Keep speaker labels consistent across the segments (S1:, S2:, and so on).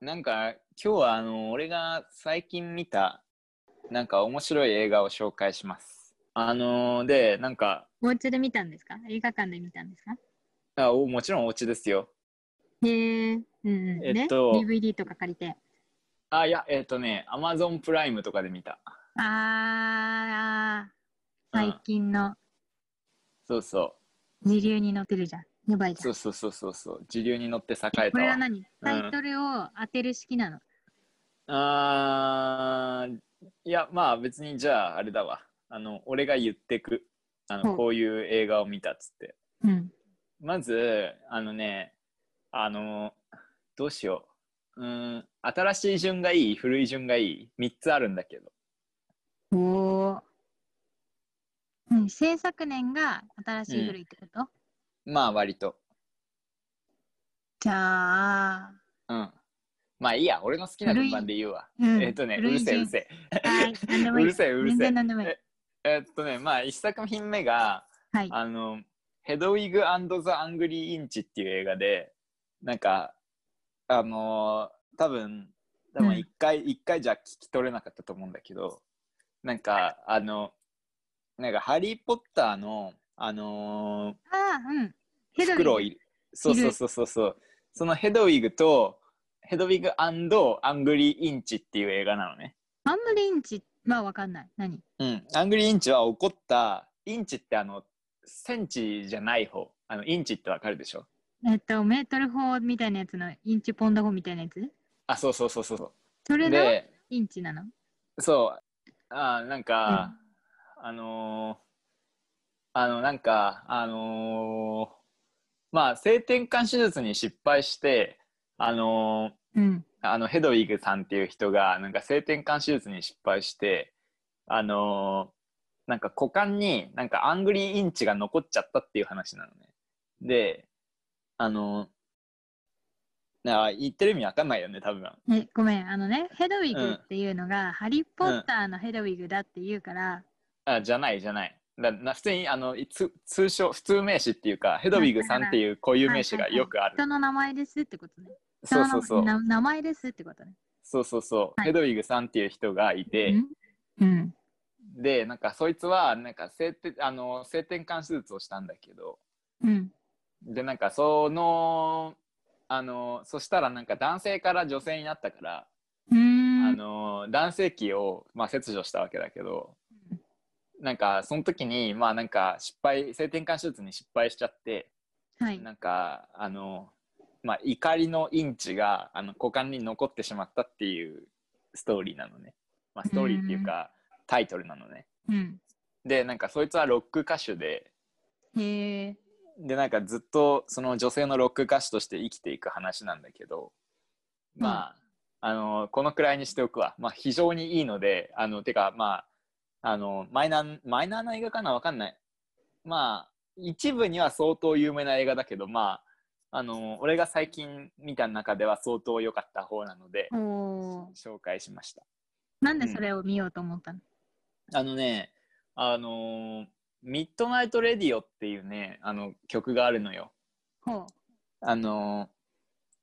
S1: なんか今日はあの俺が最近見たなんか面白い映画を紹介します。あのーでなんか
S2: お家で見たんですか映画館で見たんですか
S1: あおもちろんお家ですよ。
S2: へえ。うんうん。で
S1: えっと
S2: DVD とか借りて。
S1: あいやえっ、とね Amazon プライムとかで見た。
S2: あー、最近の
S1: そうそ
S2: 二流に乗ってるじゃん。やばいうじ
S1: そ
S2: ゃ
S1: うそうそうそうそう時流に乗って栄え
S2: ん。こ
S1: た
S2: れは
S1: わ。
S2: 何タイトルを当てる式なの。
S1: あーいやまあ別にじゃああれだわあの俺が言ってくあ
S2: う
S1: の
S2: ん
S1: こういう映画を見たっつって。
S2: うん。
S1: まず、あのね、あの、どうしよう。うーん、新しい順がいい、古い順がいい、3つあるんだけど。
S2: おー。うん、制作年が新しい古いってこと、
S1: まあ、割と。
S2: じゃあ、
S1: うん。まあいいや、俺の好きな順番で言うわ。
S2: うん
S1: えっとね、う
S2: 古い
S1: るせえ、
S2: 順
S1: うるせ
S2: はい、何で
S1: え。
S2: も
S1: う
S2: いい。
S1: るせえ、うる
S2: 全
S1: せえ
S2: 然。何でもいい。
S1: えっとね、まあ、1作品目が、
S2: はい。
S1: あの、ヘドウィグザ・アングリー・インチっていう映画で、なんか、あのー多分、多
S2: う
S1: 分
S2: ん
S1: 一回、一、回じゃ聞き取れなかったと思うんだけど、なんか、あの、なんか、ハリー・ポッターの、あの
S2: あー、うん。
S1: ー、
S2: ヘドウィグ
S1: 袋をい、そうそうそうそうそう、そのヘドウィグと、ヘドウィグアングリー・インチっていう映画なのね。
S2: アングリーインチはわかんない。何
S1: うん、アングリーインチは怒った、インチってあの、センチじゃない方、あの、インチってわかるでしょ
S2: えっと、メートル法みたいなやつのインチポンド法みたいなやつ
S1: あ、そうそうそうそうそう。
S2: それの
S1: で、
S2: インチなの
S1: そう、あーなんか、あのーあの、なんか、あのーまあ、性転換手術に失敗して、あの
S2: う
S1: ー
S2: ん。
S1: あのヘドウィグさんっていう人がなんか性転換手術に失敗してあのーなんか股間になんかアングリーインチが残っちゃったっていう話なのね。であのーな言ってる意味わかんないよね多分。
S2: え、ごめん、あのね、ヘドウィ
S1: うん
S2: グっていうのが、ハリー・ポッターのヘドウィグだって言うから、
S1: あじゃないじゃない。だな普通にあのいつ通称普通名詞っていうかヘドウィグさんっていう固有名詞がよくある。
S2: 人の名前ですってことね。
S1: そうそうそ
S2: 人
S1: う
S2: の名名前ですってことね。
S1: そうそうそう、
S2: はい
S1: ヘドウィグさんっていう人がいて。
S2: うんうん。
S1: でなんかそいつはなんか性転あの性転換手術をしたんだけど
S2: うん。
S1: でなんかそのあのそしたらなんか男性から女性になったから、
S2: うー
S1: あ
S2: ん。
S1: の男性器を、まあ、切除したわけだけどなんかその時にまあなんか失敗性転換手術に失敗しちゃって
S2: はい。
S1: なんかあの、まあ、怒りのインチがあの股間に残ってしまったっていうストーリーなのね、まあ、ストーリーっていうかタイトルなのね。
S2: うん。
S1: でなんかそいつはロック歌手で
S2: へえ。
S1: でなんかずっとその女性のロック歌手として生きていく話なんだけどまあ,、あのこのくらいにしておくわ、まあ、非常にいいのであのてかまああのマイナーマイナーな映画かなわかんないまあ一部には相当有名な映画だけどまああの俺が最近見た中では相当良かった方なので、
S2: おー
S1: 紹介しました
S2: なんでそれを見ようと思ったの
S1: あのねあのミッドナイト・レディオっていうねあの曲があるのよ
S2: ほ
S1: あの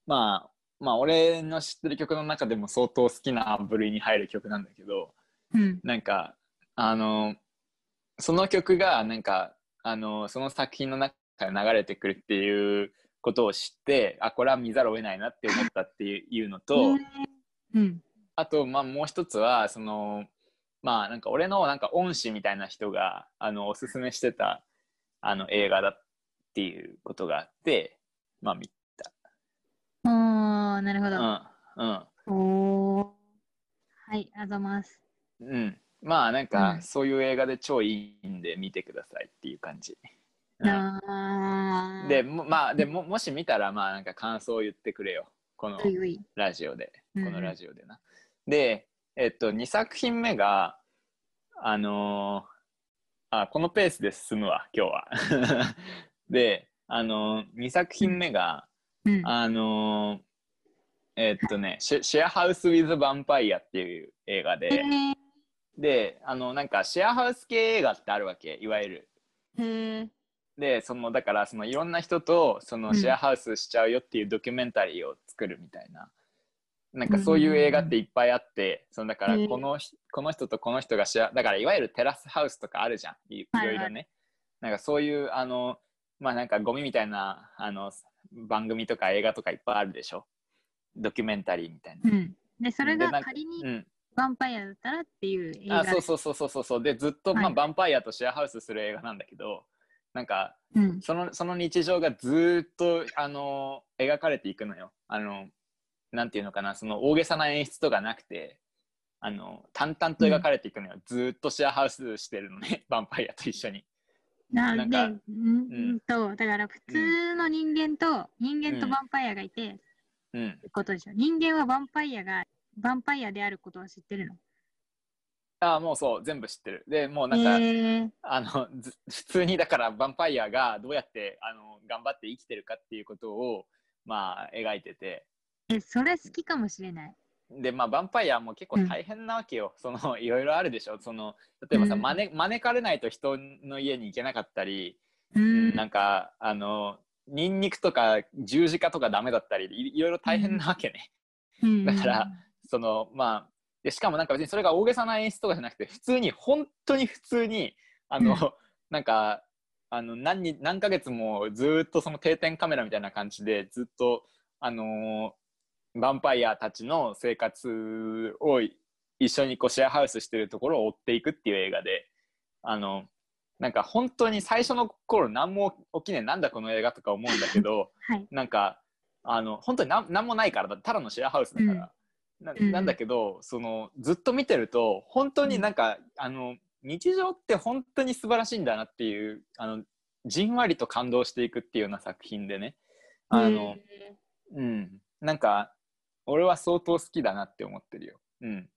S1: まあまあ俺の知ってる曲の中でも相当好きな部類に入る曲なんだけど
S2: う。うん。
S1: なんかあのその曲がなんかあのその作品の中から流れてくるっていうことを知ってあこれは見ざるを得ないなって思ったっていうのと
S2: へーうん。
S1: あとまあもう一つはそのまあなんか俺のなんか恩師みたいな人があのおすすめしてたあの映画だっていうことがあってまあ見
S2: おー、なるほ
S1: う
S2: ど。
S1: んうん
S2: おー。はい、あざます。
S1: うん、まあなん
S2: う
S1: か
S2: ん
S1: そういう映画で超いいんで見てくださいっていう感じ。うん
S2: あー
S1: で、もまあでももし見たらまあなんか感想を言ってくれよこの
S2: ういうい。
S1: ラジオで
S2: うん
S1: このラジオでな。でえっと2作品目があのーあこのペースで進むわ今日は。 であの2作品目が、
S2: うん。
S1: あのーえっとね「シェシェアハウス・ウィズ・ヴァンパイア」っていう映画で。
S2: へ
S1: であのなんかシェアハウス系映画ってあるわけいわゆる
S2: え。へえ。
S1: でそのだからそのいろんな人とそうの
S2: ん
S1: シェアハウスしちゃうよっていうドキュメンタリーを作るみたいななんかそういう映画っていっぱいあって、そのだから
S2: へえ
S1: このひこの人とこの人がしあだからいわゆるテラスハウスとかあるじゃんいい
S2: はい
S1: ろいろね、なんかそういうあのまあなんかゴミみたいなあの番組とか映画とかいっぱいあるでしょドキュメンタリーみたいな、
S2: うん、でそれ
S1: で
S2: が
S1: なんか
S2: 仮に
S1: うん、
S2: ヴァンパイアだったらっていう映画
S1: あそうそうそうそうそうそうでずっと、ま
S2: は
S1: あ、
S2: い
S1: ヴァンパイアとシェアハウスする映画なんだけどなんか
S2: うん
S1: そのその日常がずーっとあの描かれていくのよあのなんていうのかなその大げさな演出とかなくてあの淡々と描かれていくのよ、ずーっとシェアハウスしてるのね ヴァンパイアと一緒に
S2: な
S1: なんん
S2: で
S1: か
S2: うん
S1: ん
S2: うんとだから普通の人間と人間と
S1: うん
S2: ヴァンパイアがいてっ
S1: うん
S2: てことでしょ人間はヴァンパイアがヴァンパイアであることは知ってるの
S1: ああもうそう全部知ってるでもうなんか、
S2: えー
S1: あのず 普通にだからヴァンパイアがどうやってあの頑張って生きてるかっていうことをまあ描いてて
S2: えそれ好きかもしれない
S1: でまあヴァンパイアも結構大変なわけよ、 そのいろいろあるでしょその例えばさ、
S2: うん
S1: 招招かれないと人の家に行けなかったり、
S2: う
S1: うん
S2: ん
S1: なんかあのニンニクとか十字架とかダメだったりいいろいろ大変なわけね、
S2: うん
S1: だからそのまあでしかもなんか別にそれが大げさな演出とかじゃなくて普通に本当に普通にあの、
S2: うん
S1: なんかあの何に何ヶ月もずっとその定点カメラみたいな感じでずっとあのヴァンパイアたちの生活を一緒にこうシェアハウスしてるところを追っていくっていう映画であのなんか本当に最初の頃何も起きねえなんだこの映画とか思うんだけど
S2: はい
S1: なんかあの本当になんなんもないからだただのシェアハウスだから、な
S2: うん
S1: なんだけどそのずっと見てると本当になんか、あの日常って本当に素晴らしいんだなっていうあのじんわりと感動していくっていうような作品でねあの、
S2: え
S1: うん、なんか俺は相当好きだなって思ってるよ、うん、っ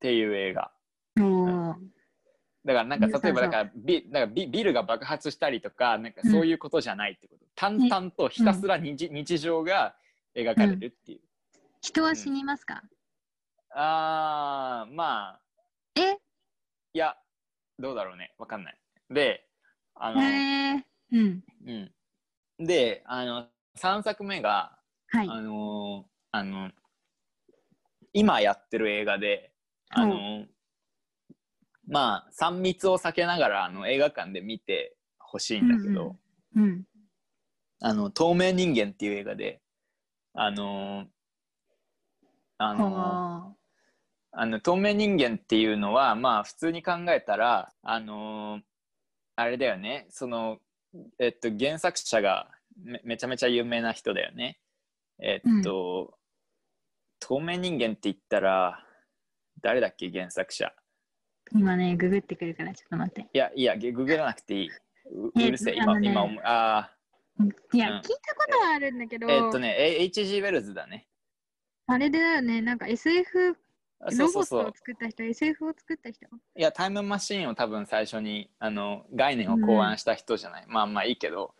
S1: ていう映画。
S2: ーもう
S1: だからなんか
S2: うん
S1: 例えば
S2: そ
S1: だ
S2: うそう
S1: からビなんかビビルが爆発したりとかなんかそういうことじゃないってこと、淡々とひたすら日,、日常が描かれるっていう、
S2: 人は死にますか、
S1: あーまあ
S2: え
S1: いやどうだろうねわかんないであの、
S2: えー、うん
S1: うん、であの3作目が、
S2: はい
S1: あのあの今やってる映画であの、
S2: う
S1: まあ3密を避けながらあの映画館で見てほしいんだけど、
S2: うんうん
S1: あの透明人間っていう映画であのーあのー
S2: ほ
S1: あの透明人間っていうのはまあ普通に考えたらあのーあれだよねそのえっと原作者がめめちゃめちゃ有名な人だよねえっと、透明人間って言ったら誰だっけ原作者
S2: う今ねググってくるからちょっと待って
S1: いやいやググらなくていいううるせえ
S2: えっとあ
S1: 今
S2: のね
S1: 今思うあ
S2: いや、
S1: うん
S2: 聞いたことはあるんだけど、
S1: ーえっとねえ H.G. ウェルズだね
S2: あれだよねなんか SF
S1: あそ
S2: ロ
S1: うそ
S2: ボッ
S1: う
S2: ト
S1: そ
S2: を
S1: う
S2: 作った人 SF を作った人
S1: いやタイムマシーンを多分最初にあの概念を考案した人じゃない、まあまあいいけど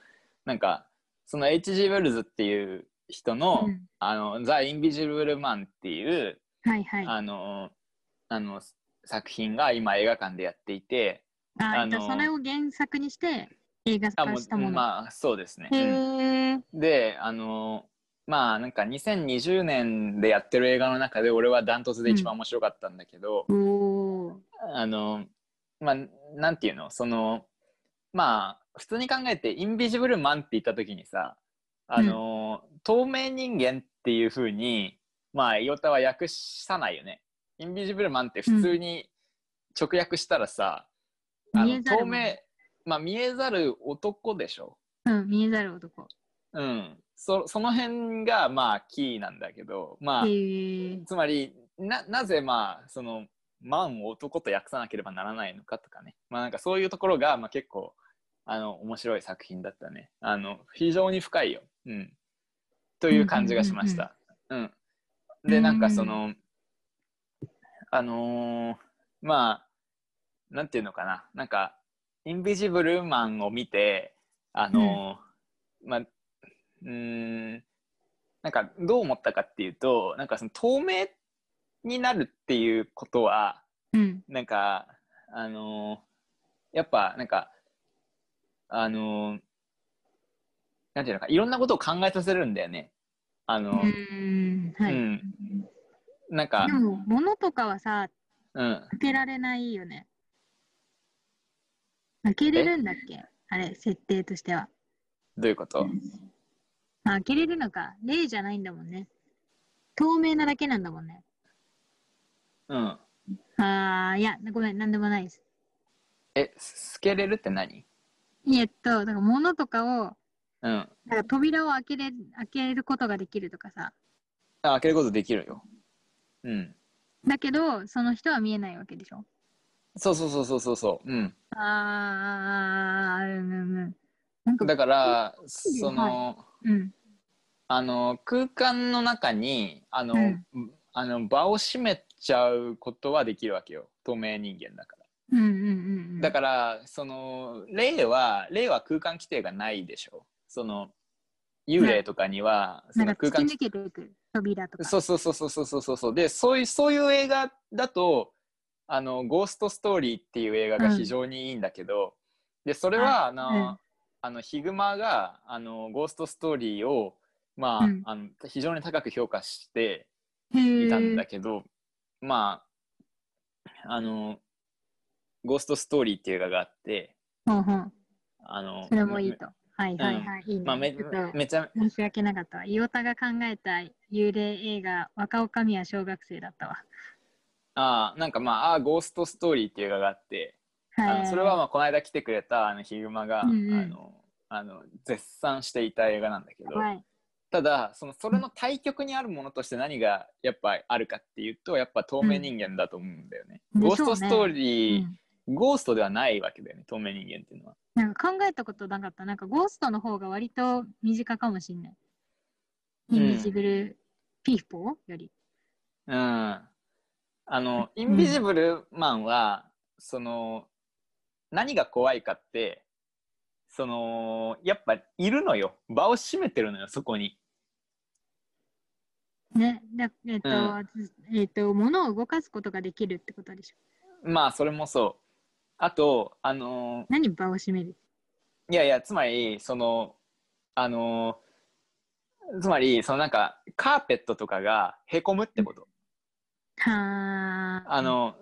S1: なんかその H.G. ウェルズっていう人の「
S2: うん
S1: あのザ・インビジブル・マン」っていう、
S2: はいはい
S1: あのあの作品が今映画館でやっていて
S2: あ、えっと
S1: あの
S2: それを原作にして映画化
S1: あも
S2: した
S1: う
S2: もの。
S1: まあそうですね、
S2: へ
S1: うん
S2: え、
S1: であのまあなんか2020年でやってる映画の中で俺はダントツで一番面白かったんだけど、
S2: おー
S1: あの、まあ、なんていうの、その、まあ、普通に考えて、インビジブルマンって言った時にさ、あの、透明人間っていうふうに、まあ、イオタは訳さないよね。インビジブルマンって普通に直訳したらさ、あ
S2: 見え
S1: の
S2: ざる
S1: 透
S2: もの
S1: 明、まあ、見えざる男でしょ。
S2: うん、見えざる男。
S1: うん。そその辺が、まあ、キーなんだけど、まあ、
S2: へえ、
S1: つまりななぜまあその「万」を男と訳さなければならないのかとかねまあなんかそういうところが、まあ、結構あの面白い作品だったねあの非常に深いよ、うん、という感じがしました。うんでなんかそのあのーまあなんていうのかななんか「インビジブルマン」を見てあのーまあうーんなんかどう思ったかっていうとなんかその透明になるっていうことは
S2: うん、
S1: なんかあのーやっぱなんかあのーなんていうのかいろんなことを考えさせるんだよね。あの、
S2: うんはい、
S1: うんなんか
S2: で、も物とかはさ
S1: うん、
S2: 開けられないよね開けれるんだっけあれ設定としては、
S1: どういうこと
S2: まあ、開けれるのか例じゃないんだもんね透明なだけなんだもんね
S1: うん。
S2: あーいやごめんなんでもないです
S1: え、ススケレルって何
S2: えっとだから物とかを
S1: うん。あ
S2: だから扉を開けれ開けることができるとかさ
S1: 開けることできるよ。うん。
S2: だけどその人は見えないわけでしょ
S1: そうそうそうそうそうそう。うん。
S2: あーうんうんうんなんか
S1: だから、
S2: い
S1: その、
S2: うん
S1: あの、空間の中に、あの、
S2: うん
S1: あの場を閉めちゃうことはできるわけよ。透明人間だから。
S2: うんうんうんうん
S1: だから、その、例は、例は空間規定がないでしょ。その、幽霊とかには、そ
S2: な
S1: の
S2: んか
S1: 空
S2: 突
S1: 間
S2: き抜けていく扉とか
S1: そうそうそうそうそうそうそうそうでそういうそういう映画だとあの「ゴーストストーリー」っていう映画が非常にいいんだけど、でそれはあの、
S2: うん
S1: あのヒグマがあの「ゴーストストーリーを」まあ、
S2: うん
S1: あの非常に高く評価して
S2: へ
S1: い
S2: え
S1: たんだけど、まああの「ゴーストストーリー」っていう映画があって
S2: ほうほう
S1: あの
S2: それもいいと。はいはいはい。いいね。
S1: まあ、め
S2: ちょっと
S1: めちゃ
S2: 申し訳なかったわ。伊オタが考えた幽霊映画、若女将は小学生だったわ。
S1: あーなんかまあ「あーゴーストストーリー」っていう映画があって。あ
S2: は
S1: の
S2: い。
S1: それは、まあこの間来てくれたあのヒグマが、
S2: うんうん
S1: あのあの絶賛していた映画なんだけど、
S2: はい。
S1: ただそのそれの対極にあるものとして何がやっぱあるかっていうとやっぱ透明人間だと思うんだよね。
S2: うん
S1: ゴーストストー
S2: う
S1: リー、
S2: ん
S1: ゴーストではないわけだよね透明人間っていうのは。
S2: なんか考えたことなかった。なんかゴーストの方が割と身近かもしんない。インビジブルピーポーより。
S1: うん、あのインビジブルマンは、その何が怖いかってそのやっぱいるのよ場を占めてるのよそこに。
S2: ね。だえっと、
S1: う
S2: えっと、物を動かすことができるってことでしょ。
S1: まあそれもそう。あとあの
S2: 何場を占める
S1: ーいやいやつまりそのあのーつまりそのなんかカーペットとかがへこむってこと。
S2: はー
S1: あ、の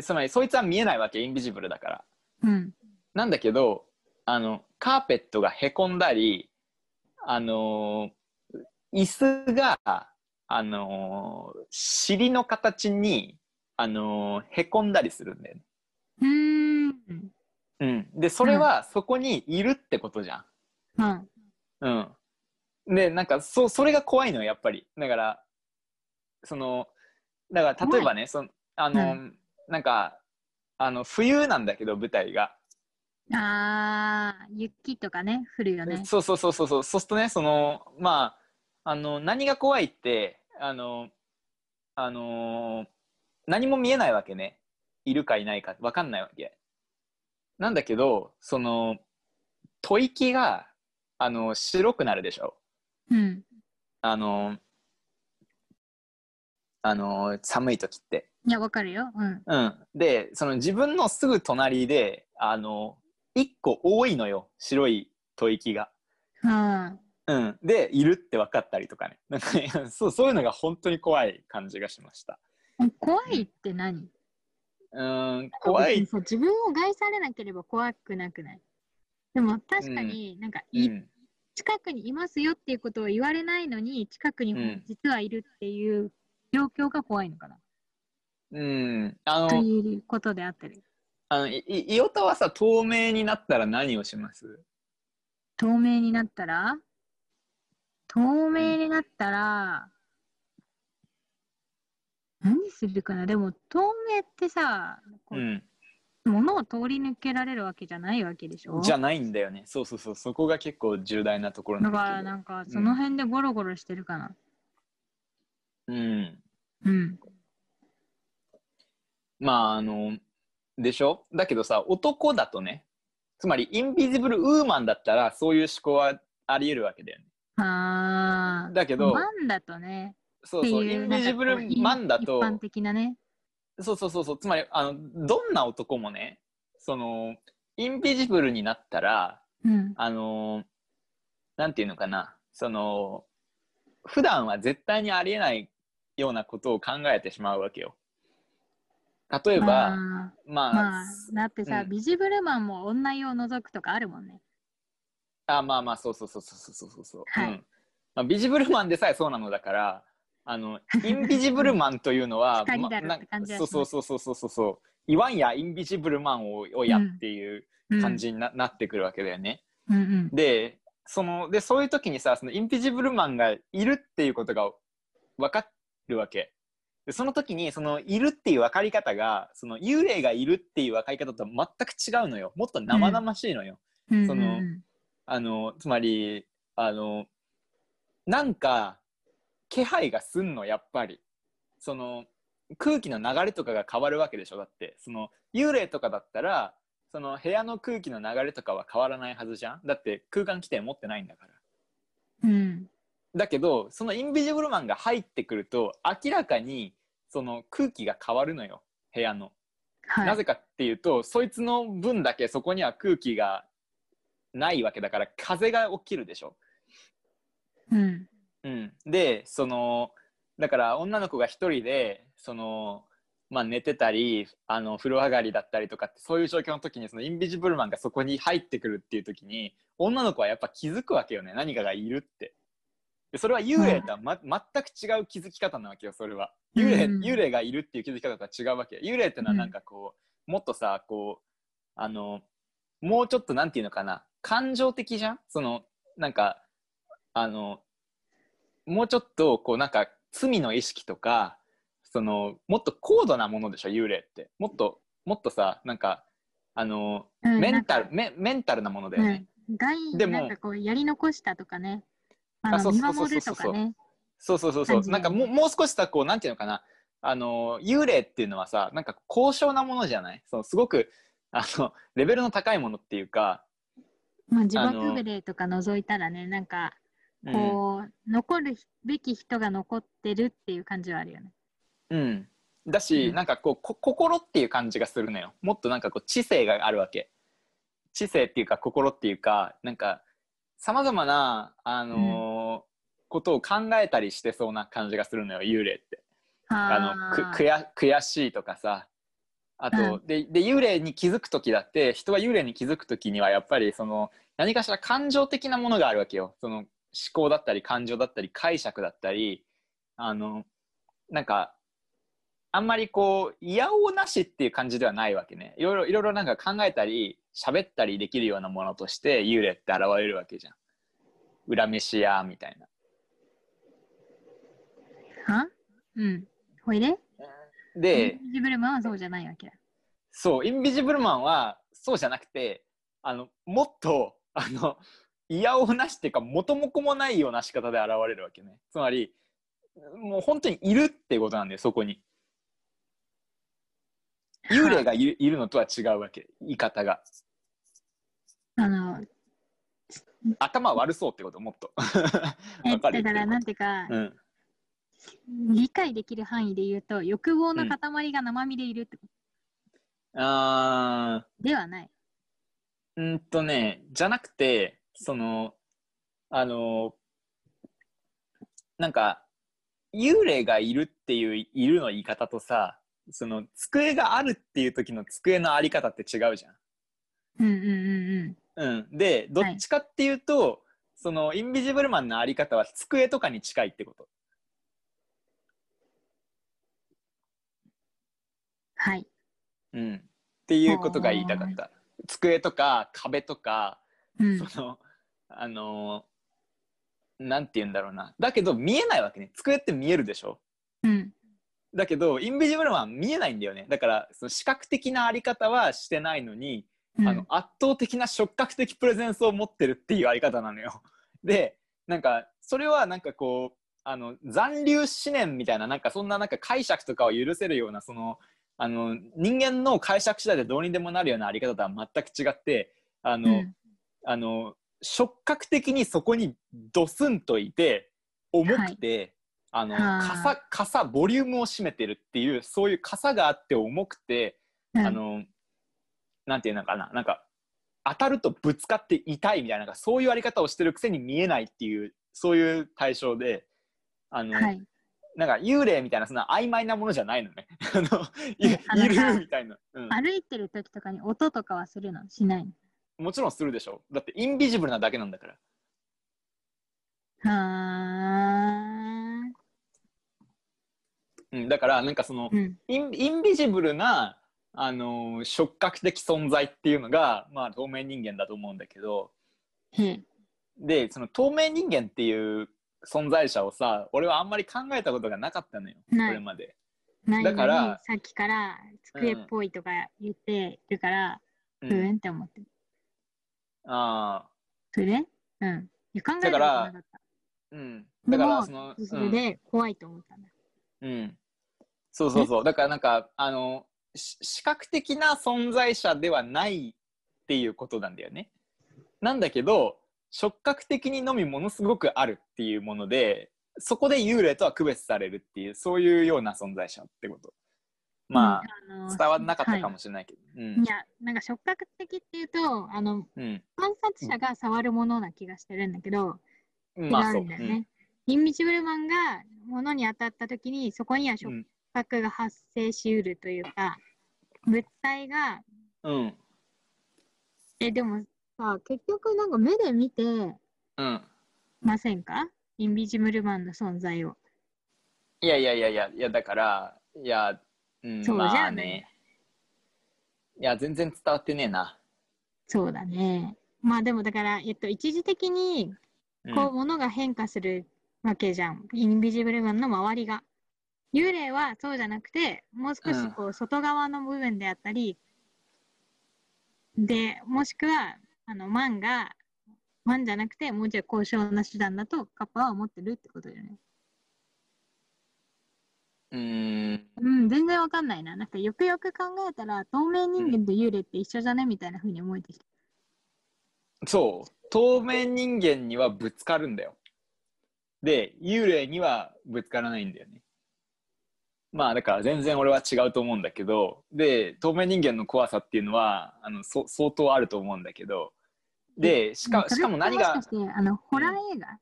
S1: つまりそいつは見えないわけインビジブルだから。
S2: うん。
S1: なんだけどあのカーペットがへこんだりあのー椅子があのー尻の形にあのーへこんだりするんだよね。
S2: うーん。
S1: うん、でそれはそこにいるってことじゃん。
S2: うん。
S1: うん。で、なんか、そう、それが怖いのよ、やっぱり。だから、その、だから、例えばね、その、あの、
S2: う
S1: なんか、あの、冬なんだけど、舞台が。
S2: あー、雪とかね、降るよね。
S1: そうそうそうそうそう。そうするとね、その、まあ、あの、何が怖いって、あの、あの何も見えないわけね。いるかいないか、わかんないわけ。なんだけど、その、吐息が、あの、白くなるでしょ。
S2: うん。
S1: あの、あの、寒い時って。
S2: いや、わかるよ。うん。
S1: うん。で、その自分のすぐ隣で、あの、一個多いのよ、白い吐息が。
S2: うん。
S1: うん。で、いるって分かったりとかね。なんか ねそう、そういうのが本当に怖い感じがしました。
S2: 怖いって何
S1: うん、怖
S2: 別
S1: い
S2: に。さ自分を害されなければ怖くなくないでも確かに、なんか
S1: う
S2: い、
S1: ん。
S2: 近くにいますよっていうことを言われないのに、近く
S1: う
S2: に
S1: ん
S2: 実はいるっていう状況が怖いのかな、
S1: うん。あ
S2: と
S1: の、
S2: いうことであってる。
S1: あの、い、い、いおたはさ、透明になったら何をします
S2: 透明になったら透明になったら、何するかなでも透明ってさ、こ
S1: う。
S2: うん物を通り抜けられるわけじゃないわけでしょ
S1: じゃないんだよね。そうそうそう。そこが結構重大なところ
S2: だ
S1: なんだ
S2: か
S1: け
S2: ら
S1: ど
S2: なんか
S1: ん
S2: その辺でゴロゴロしてるかな。
S1: うん。
S2: うん。
S1: まああのでしょだけどさ男だとねつまりインビジブルウーマンだったらそういう思考はあり得るわけだよね
S2: ああ。
S1: だけど
S2: マンだとね。
S1: そうそう
S2: ってい
S1: イ
S2: う
S1: ンビジブ
S2: な
S1: ル
S2: んかこう
S1: マンだ
S2: 一
S1: と
S2: 般的なね。
S1: そうそうそうそうつまりあのどんな男もねそのインビジブルになったら
S2: うん。
S1: あのなんていうのかなその普段は絶対にありえないようなことを考えてしまうわけよ。例えば、まあ、
S2: まあ、まあ、だってさ、
S1: うん
S2: ビジブルマンも女湯を除くとかあるもんね。
S1: あまあまあそうそうそうそうそうそうそう、
S2: はい
S1: うんまあ、ビジブルマンでさえそうなのだからあのインビジブルマンというのは
S2: 光だろ
S1: ま
S2: って感じ
S1: な
S2: は
S1: そうそうそうそうそうそうそう言わんやインビジブルマンををやっていう
S2: うん
S1: 感。じにな,、なってくるわけだよね。
S2: うんうん。
S1: でそのでそういう時にさそのインビジブルマンがいるっていうことが分かるわけ。でその時にそのいるっていう分かり方がその幽霊がいるっていう分かり方とは全く違うのよもっと生々しいのよ。
S2: うんうん
S1: そのあのつまりあのなんか気配がすんのやっぱりその空気の流れとかが変わるわけでしょだってその幽霊とかだったらその部屋の空気の流れとかは変わらないはずじゃんだって空間規定持ってないんだから
S2: うんうん
S1: だけどそのインビジブルマンが入ってくると明らかにその空気が変わるのよ部屋の
S2: はい、
S1: なぜかっていうとそいつの分だけそこには空気がないわけだから風が起きるでしょ。
S2: うん
S1: うん、でそのだから女の子が一人でその、まあ、寝てたりあの風呂上がりだったりとかってそういう状況の時にそのインビジブルマンがそこに入ってくるっていう時に女の子はやっぱ気づくわけよね何かがいるって。でそれは幽霊とは、ま全く違う気づき方なわけよそれは幽霊,、
S2: うん
S1: 幽霊がいるっていう気づき方とは違うわけ幽霊ってのはなんかこう、もっとさこうあのもうちょっとなんていうのかな感情的じゃんそのなんかあのもうちょっとこうなんか罪の意識とかそのもっと高度なものでしょ幽霊ってもっともっとさなんかあの
S2: うん
S1: メンタ
S2: な
S1: ル
S2: んか
S1: メメンタルなものだよね、
S2: うん、害
S1: でも
S2: なんかこうやり残したとかね
S1: あ
S2: あ
S1: そ
S2: の
S1: う
S2: 見
S1: そうそう
S2: 守
S1: そう
S2: る
S1: そう
S2: とかね
S1: そうそうそうそう
S2: 感じだ
S1: な
S2: よ
S1: ん
S2: ね
S1: かもうもう少しさこうなんていうのかなあの幽霊っていうのはさなんか高尚なものじゃないそのすごくあのレベルの高いものっていうか、
S2: まあ自
S1: あの
S2: 爆霊とか覗いたらねなんか
S1: うん
S2: こう、残るべき人が残ってるっていう感じはあるよね
S1: うん、だし、
S2: うん
S1: なんかこうこ心っていう感じがするのよもっとなんかこう知性があるわけ知性っていうか心っていうかなんかさまざまな、あのーことを考えたりしてそうな感じがするのよ幽霊ってあのく
S2: ー
S1: 悔悔しいとかさあと、でで幽霊に気づく時だって人は幽霊に気づく時にはやっぱりその何かしら感情的なものがあるわけよその思考だったり感情だったり解釈だったりあのなんかあんまりこう嫌おなしっていう感じではないわけねいろいろいろいろなんか考えたり喋ったりできるようなものとして幽霊って現れるわけじゃん恨めしやみたいな
S2: はうんほいで
S1: で、
S2: インビジブルマンはそうじゃないわけだ
S1: そう、インビジブルマンはそうじゃなくて、あの、もっと、あの、嫌おうなしっていうか、元も子もないような仕方で現れるわけね。つまり、もう本当にいるってことなんだよ、そこに。幽霊がいるいるのとは違うわけ、言い方が。
S2: あの
S1: 頭悪そうってこと、もっと。
S2: え
S1: わかる
S2: だからなんていうか、
S1: うん。
S2: 理解できる範囲で言うと欲望の塊が生身でいるってこ
S1: あ
S2: と
S1: ー。
S2: ではない、
S1: うーんとね、じゃなくて、その、あの、なんか、幽霊がいるっていう、いるの言い方とさ、その、机があるっていう時の机のあり方って違うじゃん。
S2: うん、うんうんうん
S1: うん。で、どっちかっていうと、その、インビジブルマンのあり方は机とかに近いってこと。
S2: はい
S1: うん。っていうことが言いたかった。机とか壁とか、
S2: うん
S1: そのあのなんて言うんだろうなだけど見えないわけね机って見えるでしょ
S2: うん
S1: だけどインビジブルマンは見えないんだよねだからその視覚的なあり方はしてないのに、
S2: うん
S1: あの圧倒的な触覚的プレゼンスを持ってるっていうあり方なのよ。 でなんかそれはなんかこうあの残留思念みたいななんかそんななんか解釈とかを許せるようなそのあの人間の解釈次第でどうにでもなるようなあり方とは全く違ってあの、
S2: うん
S1: あの触覚的にそこにドスンといて重くて、あの
S2: はあ
S1: かさかさボリュームを占めてるっていうそういうかさがあって重くて、
S2: うん
S1: あのなんていうのかななんか当たるとぶつかって痛いみたいななんかそういうあり方をしてるくせに見えないっていうそういう対象であの、
S2: はい。
S1: なんか幽霊みたいなそんな曖昧なものじゃないのね。 あの
S2: ねあ
S1: い
S2: の
S1: い
S2: さ
S1: るみたいな、うん
S2: 歩いてる時とかに音とかはするのしないの
S1: もちろんするでしょ。だってインビジブルなだけなんだから。
S2: は
S1: うん、だからなんかその
S2: ー。うん。
S1: インインビジブルな、あのー触覚的存在っていうのが、まあ、透明人間だと思うんだけど
S2: へえ。
S1: でその透明人間っていう存在者をさ俺はあんまり考えたことがなかったのよこ
S2: ない
S1: れまで。
S2: ないの
S1: だ
S2: に
S1: から
S2: さっきから机っぽいとか言ってるから、
S1: う
S2: うんん、ふーんって思ってる。
S1: あ
S2: それでうん。いや考えたこと
S1: だか
S2: な
S1: ら
S2: かった。
S1: ーうん、だから
S2: で
S1: その、
S2: それで怖いと思ったんだ。
S1: うんうん、そうそうそうだからなんかあのし視覚的な存在者ではないっていうことなんだよね。なんだけど触覚的にのみものすごくあるっていうものでそこで幽霊とは区別されるっていうそういうような存在者ってことま
S2: うん、あ
S1: あ、
S2: の
S1: 伝わんなかったか
S2: は
S1: もしれないけど、
S2: いいや、なんか触覚的っていうと、あの、
S1: うん、
S2: 観察者が触るものな気がしてるんだけど、
S1: うん、
S2: 違
S1: まあそう
S2: う、んだよね。インビジブルマンが物に当たった時に、そこには
S1: う
S2: 触
S1: ん
S2: 覚が発生しうるというか、物体が、
S1: うん
S2: え、でもさ、結局なんか目で見て
S1: うん
S2: ませんかインビジブルマンの存在を。
S1: いやいやいやいやいやだからいや、うん、
S2: そうじゃあね
S1: まあねいや全然伝わってねえな、
S2: そうだね。まあでもだから、えっと、一時的に
S1: うん
S2: こう、物が変化するわけじゃん。インビジブルマンの周りが。幽霊はそうじゃなくて、もう少しこう、外側の部分であったり、で、もしくは、あの、マンが、マンじゃなくて、もうちょい高尚な手段だと、カッパは思ってるってことだよね。
S1: うーん
S2: うん、全然わかんないな。なんか、よくよく考えたら、透明人間と幽霊って一緒じゃねみたいな風に思えてきた。
S1: そう透明人間にはぶつかるんだよで幽霊にはぶつからないんだよねまあだから全然俺は違うと思うんだけどで透明人間の怖さっていうのはあのそ相当あると思うんだけどでし
S2: う
S1: か
S2: んそ
S1: し
S2: れ
S1: かも何
S2: も
S1: が
S2: しかして、あの、ホラー映画、
S1: い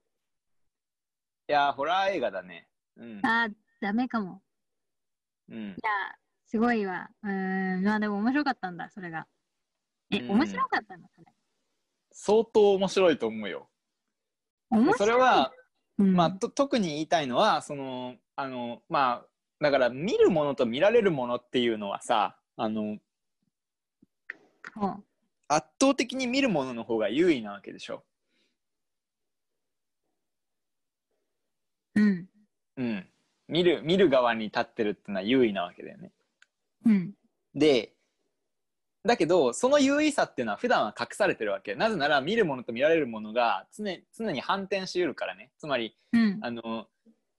S1: やーホラー映画だねうん
S2: ああ、ダメかも。
S1: うん
S2: いや、すごいわ。うーん、まあでも面白かったんだ、それが。え、
S1: うん
S2: 面白かったのそれ。
S1: 相当面白いと思うよ
S2: 面白い。
S1: それは、
S2: うん、
S1: まあ、と特に言いたいのはそのあのまあだから見るものと見られるものっていうのはさあの
S2: そう
S1: 圧倒的に見るものの方が優位なわけでしょ。
S2: うん、
S1: うん、見る見る側に立ってるってのは優位なわけだよね。
S2: うん、
S1: でだけどその優位さっていうのは普段は隠されてるわけなぜなら見るものと見られるものが常常に反転しうるからねつまり
S2: うん、
S1: あの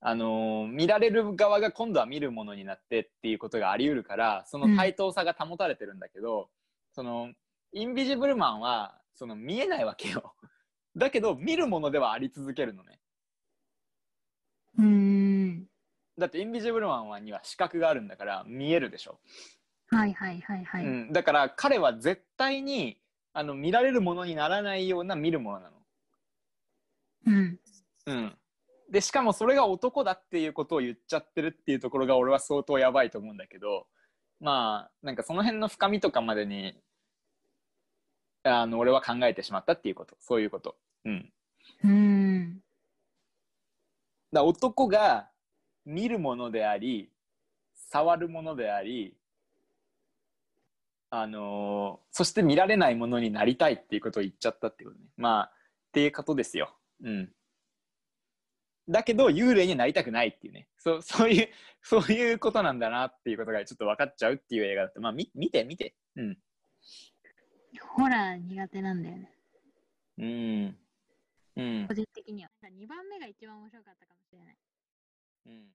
S1: あの見られる側が今度は見るものになってっていうことがあり得るからその対等さが保たれてるんだけど、そのインビジブルマンはその見えないわけよ だけど見るものではあり続けるのね
S2: うーん。
S1: だってインビジブルマンはには視覚があるんだから見えるでしょ、
S2: はいはいはいはい。
S1: うん、だから彼は絶対にあの見られるものにならないような見るものなの
S2: うん。
S1: うん、でしかもそれが男だっていうことを言っちゃってるっていうところが俺は相当やばいと思うんだけどまあなんかその辺の深みとかまでにあの俺は考えてしまったっていうことそういうこと。うん、だか
S2: うーん。
S1: ら男が見るものであり触るものでありあのーそして見られないものになりたいっていうことを言っちゃったっていうことねまあっていうことですよ。うん、だけど幽霊になりたくないっていうねそう そういうそういうことなんだなっていうことがちょっと分かっちゃうっていう映画だったまあみ見て見てうん
S2: ホラー苦手なんだよね。
S1: うんうん
S2: 個人的には。2番目が一番面白かったかもしれない。
S1: うん